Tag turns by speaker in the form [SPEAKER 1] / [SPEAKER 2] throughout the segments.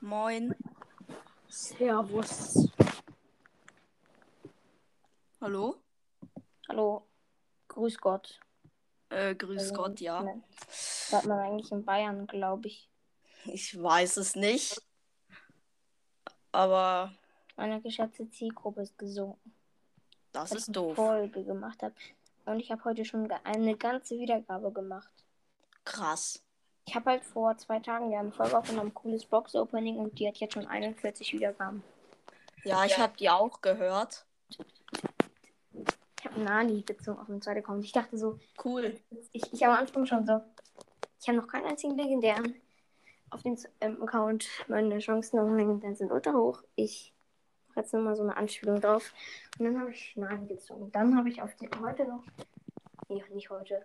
[SPEAKER 1] Moin.
[SPEAKER 2] Servus.
[SPEAKER 1] Hallo?
[SPEAKER 2] Hallo. Grüß Gott.
[SPEAKER 1] Äh, grüß
[SPEAKER 2] Ähm,
[SPEAKER 1] Gott, ja.
[SPEAKER 2] ne. Sagt man eigentlich in Bayern, glaube ich.
[SPEAKER 1] Ich weiß es nicht. Aber
[SPEAKER 2] Meine geschätzte Zielgruppe ist gesunken,
[SPEAKER 1] das
[SPEAKER 2] weil ich
[SPEAKER 1] ist
[SPEAKER 2] eine
[SPEAKER 1] doof.
[SPEAKER 2] Folge gemacht habe. Und ich habe heute schon ge- eine ganze Wiedergabe gemacht.
[SPEAKER 1] Krass.
[SPEAKER 2] Ich habe halt vor zwei Tagen ja eine Folge aufgenommen, cooles Box-Opening und die hat jetzt schon 41 Wiedergaben.
[SPEAKER 1] Ja, ich habe die auch gehört.
[SPEAKER 2] Ich habe Nani gezogen auf den zweiten Account. Ich dachte so,
[SPEAKER 1] Cool.
[SPEAKER 2] ich, ich am Anfang schon so, ich habe noch keinen einzigen legendären auf dem Z- ähm, Account. Meine Chancen auf legendären sind ultra hoch. Ich mache jetzt nochmal so eine Anspielung drauf. Und dann habe ich Nani gezogen. Dann habe ich auf den heute noch, nee, nicht heute,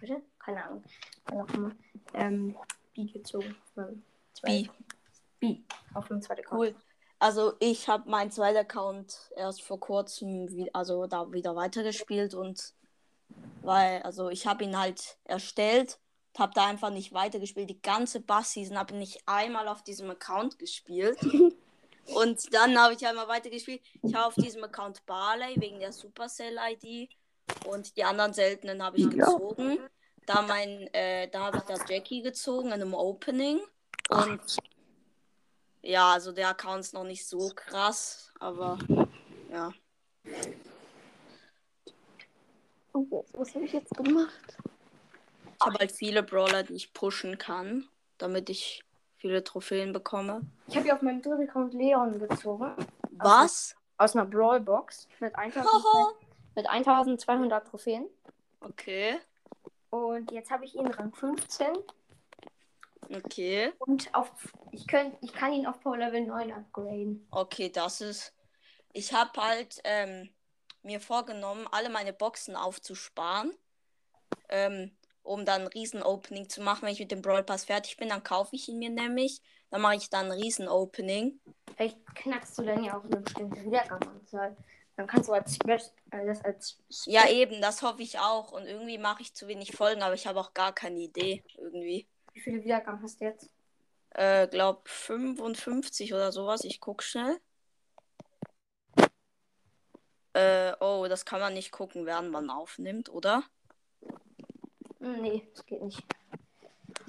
[SPEAKER 2] heute? Keine Ahnung. Dann noch mal, ähm, B gezogen. auf meinem zweiten-
[SPEAKER 1] Bi.
[SPEAKER 2] B auf dem zweiten Account.
[SPEAKER 1] Cool. Also ich habe meinen zweiten Account erst vor kurzem, wie- also da wieder weitergespielt und weil, also ich habe ihn halt erstellt, habe da einfach nicht weitergespielt. Die ganze Bass-Season habe ich nicht einmal auf diesem Account gespielt. und dann habe ich einmal weitergespielt. Ich habe auf diesem Account Barley wegen der Supercell-ID und die anderen seltenen habe ich
[SPEAKER 2] Ja.
[SPEAKER 1] gezogen. Da mein, äh, da habe ich das Jackie gezogen in einem Opening und ja, also der Account ist noch nicht so krass, aber ja.
[SPEAKER 2] Oh, jetzt, was habe ich jetzt gemacht?
[SPEAKER 1] Ich habe halt viele Brawler, die ich pushen kann, damit ich viele Trophäen bekomme.
[SPEAKER 2] Ich habe ja auf meinem dritten Account Leon gezogen.
[SPEAKER 1] Was?
[SPEAKER 2] Aus einer Brawlbox mit 1200
[SPEAKER 1] Haha.
[SPEAKER 2] mit 1200 Trophäen.
[SPEAKER 1] okay,
[SPEAKER 2] Und jetzt habe ich ihn Rang 15.
[SPEAKER 1] okay,
[SPEAKER 2] Und auf, ich, könnt, ich kann ihn auf Power Level 9 upgraden.
[SPEAKER 1] okay, das ist. Ich habe halt ähm, mir vorgenommen, alle meine Boxen aufzusparen, ähm, um dann ein Riesen-Opening zu machen. Wenn ich mit dem Brawl Pass fertig bin, dann kaufe ich ihn mir nämlich. Dann mache ich dann ein Riesen-Opening.
[SPEAKER 2] Vielleicht knackst du dann ja auch eine bestimmte Wiedergabenanzahl. Dann kannst du als Special, äh, das als Spe-
[SPEAKER 1] Ja, eben, das hoffe ich auch. Und irgendwie mache ich zu wenig Folgen, aber ich habe auch gar keine Idee irgendwie.
[SPEAKER 2] Wie viele Wiedergaben hast du jetzt?
[SPEAKER 1] Äh, glaub 55 oder sowas. Ich guck schnell. Äh, oh, das kann man nicht gucken, während man aufnimmt, oder?
[SPEAKER 2] Hm, Nee, das geht nicht.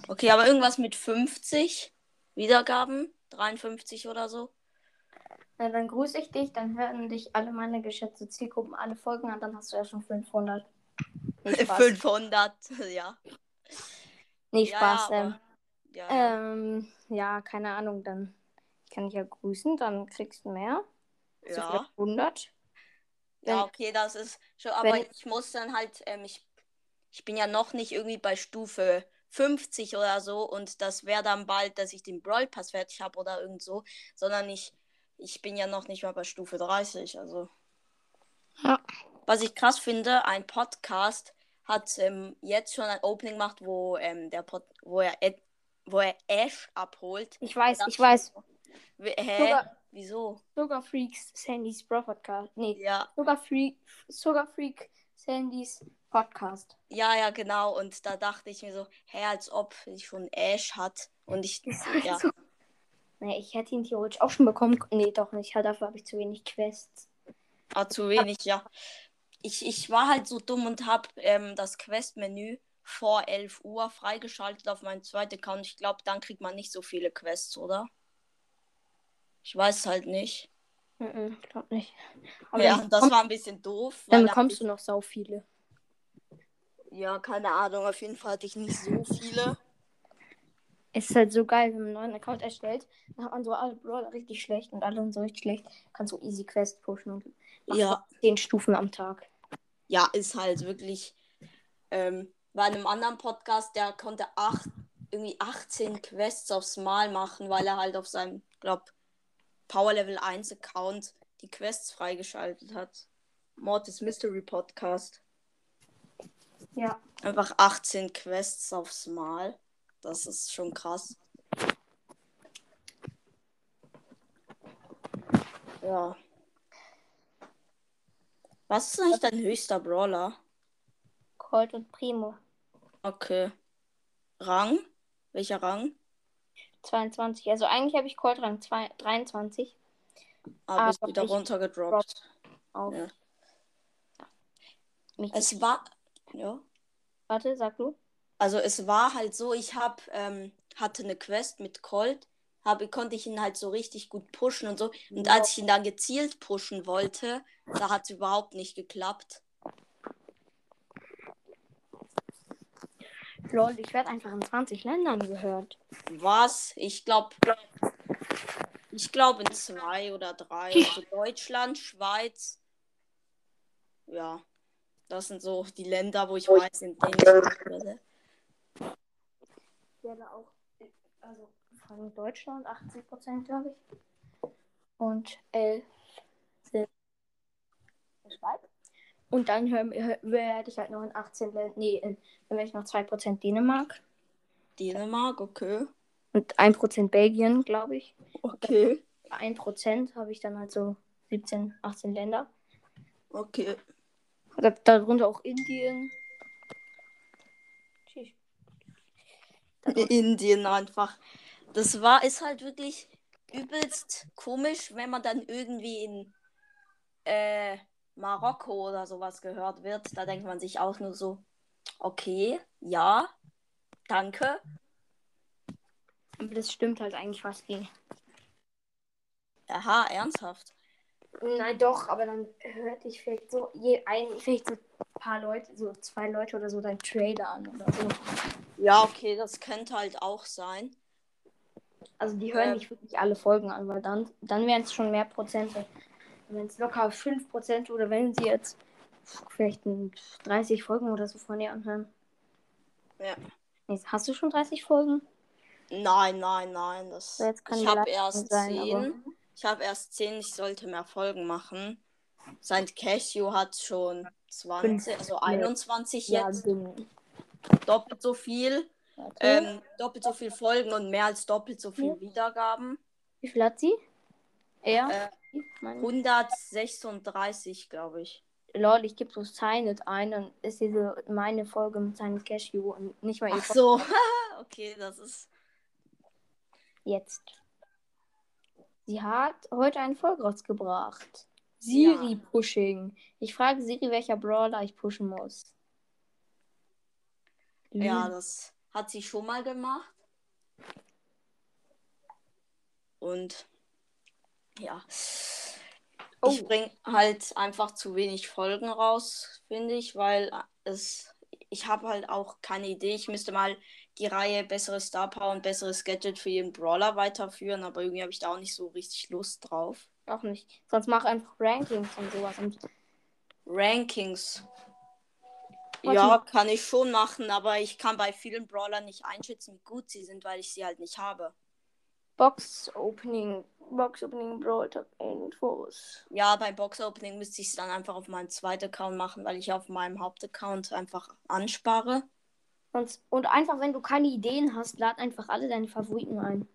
[SPEAKER 1] Okay, aber irgendwas mit 50 Wiedergaben, 53 oder so.
[SPEAKER 2] Na, dann grüße ich dich, dann hören dich alle meine geschätzte Zielgruppen alle Folgen an, dann hast du ja schon 500. Nee, Spaß.
[SPEAKER 1] 500, ja.
[SPEAKER 2] nee,
[SPEAKER 1] Ja,
[SPEAKER 2] Spaß
[SPEAKER 1] ja,
[SPEAKER 2] ähm,
[SPEAKER 1] aber- ja, ja.
[SPEAKER 2] Ähm, ja, keine Ahnung, dann ich kann dich ja grüßen, dann kriegst du mehr. Hast du
[SPEAKER 1] ja.
[SPEAKER 2] vielleicht 100. Wenn,
[SPEAKER 1] ja, okay, das ist schon, aber
[SPEAKER 2] wenn-
[SPEAKER 1] ich muss dann halt, ähm, ich, ich bin ja noch nicht irgendwie bei Stufe 50 oder so und das wäre dann bald, dass ich den Brawl Pass fertig habe oder irgend so, sondern ich, ich bin ja noch nicht mal bei Stufe 30, also.
[SPEAKER 2] Ja.
[SPEAKER 1] Was ich krass finde, ein Podcast hat ähm, jetzt schon ein Opening gemacht, wo, ähm, der Pod, wo, er Ed, wo er Ash abholt.
[SPEAKER 2] Ich weiß,
[SPEAKER 1] Das-
[SPEAKER 2] ich weiß.
[SPEAKER 1] W- Hä?
[SPEAKER 2] Sogar,
[SPEAKER 1] Wieso?
[SPEAKER 2] sogar Freaks Sandys Bro Podcast. Nee,
[SPEAKER 1] Ja.
[SPEAKER 2] sogar Freak, sogar Freak Sandys Podcast.
[SPEAKER 1] Ja, ja, genau. Und da dachte ich mir so, hä, als ob ich schon Ash hat. Und ich, ja,
[SPEAKER 2] Also, naja, ich hätte ihn theoretisch auch schon bekommen. Nee, doch nicht. Ja, Dafür habe ich zu wenig Quests.
[SPEAKER 1] ah, zu wenig, ja. Ich, ich war halt so dumm und hab ähm, das Quest-Menü vor 11 Uhr freigeschaltet auf meinem zweiten Account. Ich glaube, dann kriegt man nicht so viele Quests, oder? Ich weiß halt nicht.
[SPEAKER 2] Mhm, ich glaube nicht.
[SPEAKER 1] ja,
[SPEAKER 2] dann,
[SPEAKER 1] das
[SPEAKER 2] komm,
[SPEAKER 1] war ein bisschen doof.
[SPEAKER 2] dann
[SPEAKER 1] weil da-
[SPEAKER 2] bekommst du noch sau viele.
[SPEAKER 1] Ja, keine Ahnung. Auf jeden Fall hatte ich nicht so viele.
[SPEAKER 2] Es ist halt so geil, wenn man einen neuen Account erstellt, dann hat man so alle Brawler richtig schlecht und alle und so richtig schlecht. Kannst du easy Quest pushen und machst
[SPEAKER 1] Ja.
[SPEAKER 2] 10 Stufen am Tag.
[SPEAKER 1] ja, ist halt wirklich. Ähm, bei einem anderen Podcast, der konnte acht, irgendwie 18 Quests aufs Mal machen, weil er halt auf seinem, glaub, Power Level 1 Account die Quests freigeschaltet hat. Mortis Mystery Podcast.
[SPEAKER 2] Ja.
[SPEAKER 1] Einfach 18 Quests aufs Mal. Das ist schon krass. Ja. Was ist eigentlich dein höchster Brawler?
[SPEAKER 2] Colt und Primo.
[SPEAKER 1] Okay. Rang? Welcher Rang?
[SPEAKER 2] 22. Also eigentlich habe ich Colt Rang 2 23
[SPEAKER 1] aber ist
[SPEAKER 2] Aber
[SPEAKER 1] wieder
[SPEAKER 2] ich-
[SPEAKER 1] runtergedroppt.
[SPEAKER 2] auf.
[SPEAKER 1] Ja.
[SPEAKER 2] Ja. Mich,
[SPEAKER 1] Es war, ja,
[SPEAKER 2] warte, sag du.
[SPEAKER 1] also es war halt so, ich hab, ähm, hatte eine Quest mit Colt, habe, konnte ich ihn halt so richtig gut pushen und so. Und als ich ihn dann gezielt pushen wollte, da hat es überhaupt nicht geklappt.
[SPEAKER 2] Lol, ich werde einfach in 20 Ländern gehört.
[SPEAKER 1] Was? Ich glaube, ich glaube in zwei oder drei. Also Deutschland, Schweiz. Ja, das sind so die Länder, wo ich weiß, in denen ich werde.
[SPEAKER 2] Ich werde auch, also von Deutschland 80 Prozent, glaube ich. Und 11 sind in der Schweiz. Und dann hör- hör- werde ich halt noch in 18 Ländern, nee, in, dann werde ich noch 2 Prozent Dänemark
[SPEAKER 1] Dänemark, okay.
[SPEAKER 2] und 1 Prozent Belgien, glaube ich.
[SPEAKER 1] Okay.
[SPEAKER 2] 1 Prozent habe ich dann halt so 17, 18 Länder.
[SPEAKER 1] Okay.
[SPEAKER 2] Da- Darunter auch Indien. Tschüss.
[SPEAKER 1] In Indien einfach. Das war, ist halt wirklich übelst komisch, wenn man dann irgendwie in äh, Marokko oder sowas gehört wird. Da denkt man sich auch nur so, okay, ja, danke.
[SPEAKER 2] Aber das stimmt halt eigentlich fast nie.
[SPEAKER 1] Aha, ernsthaft.
[SPEAKER 2] Mm, Nein, doch, aber dann hört ich vielleicht so je ein, vielleicht so ein paar Leute, so zwei Leute oder so dein Trailer an oder so.
[SPEAKER 1] Ja, okay, das könnte halt auch sein.
[SPEAKER 2] Also die hören
[SPEAKER 1] Ähm.
[SPEAKER 2] nicht wirklich alle Folgen an, weil dann, dann wären es schon mehr Prozente. Wenn es locker 5 Prozent oder wenn sie jetzt vielleicht ein 30 Folgen oder so von dir anhören.
[SPEAKER 1] Ja.
[SPEAKER 2] Nee, hast du schon 30 Folgen?
[SPEAKER 1] Nein, nein, nein. Das,
[SPEAKER 2] So, jetzt kann
[SPEAKER 1] ich
[SPEAKER 2] die
[SPEAKER 1] habe
[SPEAKER 2] Leitung
[SPEAKER 1] erst
[SPEAKER 2] sein, aber-
[SPEAKER 1] zehn. Ich habe erst zehn, ich sollte mehr Folgen machen. Saint Cashew hat schon 20, also 21 jetzt.
[SPEAKER 2] bin.
[SPEAKER 1] Doppelt so viel.
[SPEAKER 2] Warte.
[SPEAKER 1] Ähm, doppelt so viel Folgen und mehr als doppelt so viel Wiedergaben.
[SPEAKER 2] Wie viel hat sie? Er?
[SPEAKER 1] Äh,
[SPEAKER 2] Meine-
[SPEAKER 1] 136, glaube ich.
[SPEAKER 2] Lol, ich gebe so Silent ein, dann ist diese meine Folge mit Silent Cashew und nicht mal ihre
[SPEAKER 1] Ach so. okay, das ist.
[SPEAKER 2] Folge jetzt. Sie hat heute eine Folge rausgebracht.
[SPEAKER 1] Ja.
[SPEAKER 2] Siri Pushing. Ich frage Siri, welcher Brawler ich pushen muss.
[SPEAKER 1] Ja,
[SPEAKER 2] Lü-
[SPEAKER 1] das hat sie schon mal gemacht. Und ja. Ich
[SPEAKER 2] Oh.
[SPEAKER 1] bringe halt einfach zu wenig Folgen raus, finde ich, weil es. Ich habe halt auch keine Idee. Ich müsste mal die Reihe bessere Star Power und besseres Gadget für jeden Brawler weiterführen, aber irgendwie habe ich da auch nicht so richtig Lust drauf.
[SPEAKER 2] Auch nicht. Sonst mach einfach Rankings und sowas. Und
[SPEAKER 1] Rankings.
[SPEAKER 2] Warte
[SPEAKER 1] Ja,
[SPEAKER 2] mal.
[SPEAKER 1] kann ich schon machen, aber ich kann bei vielen Brawlern nicht einschätzen, wie gut sie sind, weil ich sie halt nicht habe.
[SPEAKER 2] Box Opening. Box Opening Brawl Talk Infos.
[SPEAKER 1] Ja, bei Box Opening müsste ich es dann einfach auf meinem zweiten Account machen, weil ich auf meinem Hauptaccount einfach anspare.
[SPEAKER 2] Sonst, und einfach, wenn du keine Ideen hast, lad einfach alle deine Favoriten ein.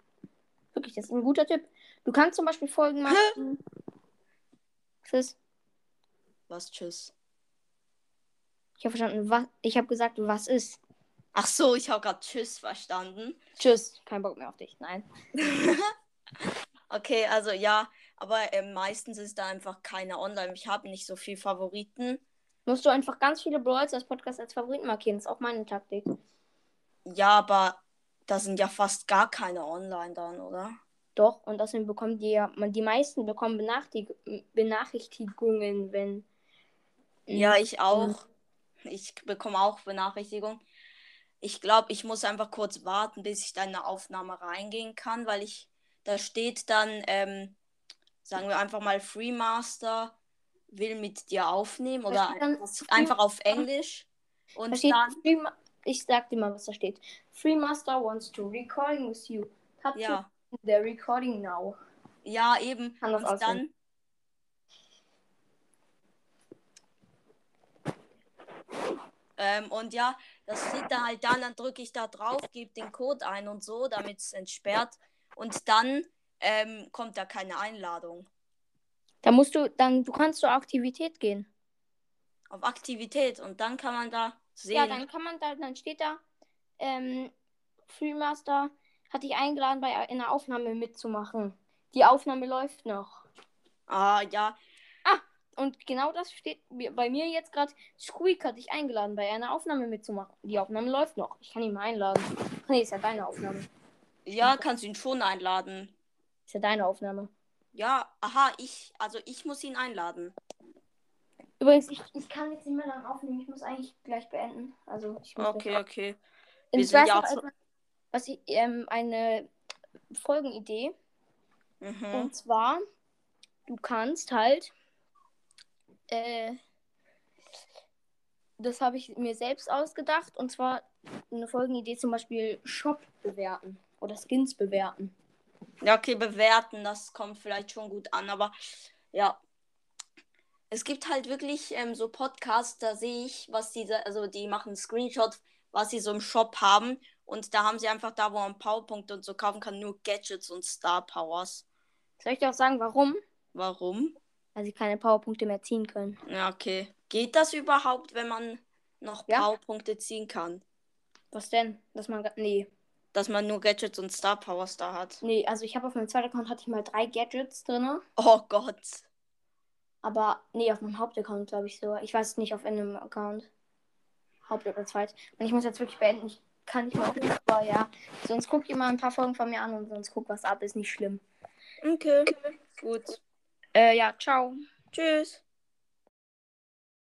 [SPEAKER 2] Wirklich, das ist ein guter Tipp. Du kannst zum Beispiel Folgen machen. Tschüss.
[SPEAKER 1] Was, tschüss.
[SPEAKER 2] Ich habe verstanden, was. Ich habe gesagt, was ist.
[SPEAKER 1] Ach so, ich habe gerade tschüss verstanden.
[SPEAKER 2] Tschüss. Kein Bock mehr auf dich. Nein.
[SPEAKER 1] Okay, also ja, aber äh, meistens ist da einfach keiner online. Ich habe nicht so viel Favoriten.
[SPEAKER 2] Musst du einfach ganz viele Brawls als Podcast als Favoriten markieren. Das ist auch meine Taktik.
[SPEAKER 1] Ja, aber da sind ja fast gar keine online dann, oder?
[SPEAKER 2] Doch, und außerdem bekommen die ja, man, die meisten bekommen Benachtig Benachrichtigungen, wenn. hm,
[SPEAKER 1] Ja, ich auch. Ich bekomme auch Benachrichtigungen. Ich glaube, ich muss einfach kurz warten, bis ich dann in eine Aufnahme reingehen kann, weil ich, da steht dann, ähm, sagen wir einfach mal, Freemaster will mit dir aufnehmen oder
[SPEAKER 2] steht dann?
[SPEAKER 1] was- einfach auf Englisch.
[SPEAKER 2] Da
[SPEAKER 1] Und
[SPEAKER 2] steht
[SPEAKER 1] dann,
[SPEAKER 2] Free Ma- ich sag dir mal, was da steht. Freemaster wants to recording with you. Tap to
[SPEAKER 1] ja,
[SPEAKER 2] the recording now.
[SPEAKER 1] ja, eben.
[SPEAKER 2] Kann das
[SPEAKER 1] Und dann,
[SPEAKER 2] aussehen.
[SPEAKER 1] ähm, und ja, das steht da halt dann, dann drücke ich da drauf, gebe den Code ein und so, damit es entsperrt. Und dann ähm, kommt da keine Einladung.
[SPEAKER 2] Da musst du dann, du kannst zur Aktivität gehen.
[SPEAKER 1] auf Aktivität und dann kann man da sehen.
[SPEAKER 2] Ja, dann kann man da, dann steht da ähm, Freemaster hatte ich eingeladen, bei einer Aufnahme mitzumachen. Die Aufnahme läuft noch.
[SPEAKER 1] Ah, ja.
[SPEAKER 2] Und genau das steht mir- bei mir jetzt gerade. Squeak hat dich eingeladen, bei einer Aufnahme mitzumachen. Die Aufnahme läuft noch. Ich kann ihn mal einladen. Ach nee, ist ja deine Aufnahme.
[SPEAKER 1] Ja, kannst ihn schon einladen.
[SPEAKER 2] Ist ja deine Aufnahme.
[SPEAKER 1] Ja, aha, ich, also ich muss ihn einladen.
[SPEAKER 2] Übrigens, ich, ich kann jetzt nicht mehr lange aufnehmen. Ich muss eigentlich gleich beenden. Also, ich muss
[SPEAKER 1] Okay, okay.
[SPEAKER 2] Ähm,
[SPEAKER 1] Wir
[SPEAKER 2] ich
[SPEAKER 1] sind
[SPEAKER 2] weiß
[SPEAKER 1] ja
[SPEAKER 2] noch,
[SPEAKER 1] auch so-
[SPEAKER 2] etwas, was ich, ähm, eine Folgenidee.
[SPEAKER 1] Mhm.
[SPEAKER 2] Und zwar, du kannst halt, äh, das habe ich mir selbst ausgedacht, und zwar eine Folgenidee zum Beispiel Shop bewerten oder Skins bewerten.
[SPEAKER 1] Ja, okay, bewerten, das kommt vielleicht schon gut an, aber ja. Es gibt halt wirklich ähm, so Podcasts, da sehe ich, was diese, also die machen einen Screenshot, was sie so im Shop haben. Und da haben sie einfach da, wo man Powerpunkte und so kaufen kann, nur Gadgets und Star Powers.
[SPEAKER 2] Soll ich dir auch sagen, warum?
[SPEAKER 1] Warum?
[SPEAKER 2] Weil sie keine Powerpunkte mehr ziehen können.
[SPEAKER 1] Ja, okay. Geht das überhaupt, wenn man noch
[SPEAKER 2] Ja.
[SPEAKER 1] Powerpunkte ziehen kann?
[SPEAKER 2] Was denn? Dass man. ga- Nee.
[SPEAKER 1] Dass man nur Gadgets und Star Powers da hat.
[SPEAKER 2] Nee, also ich habe auf meinem zweiten Account hatte ich mal drei Gadgets drin.
[SPEAKER 1] Oh Gott.
[SPEAKER 2] Aber nee, auf meinem Hauptaccount, glaube ich sogar. Ich weiß es nicht, auf einem Account. Haupt- oder zweit. Und ich muss jetzt wirklich beenden. Ich kann nicht mehr aufnehmen, aber ja. Sonst guckt ihr mal ein paar Folgen von mir an und sonst guckt was ab. Ist nicht schlimm.
[SPEAKER 1] Okay. Gut.
[SPEAKER 2] Äh, ja, ciao.
[SPEAKER 1] Tschüss.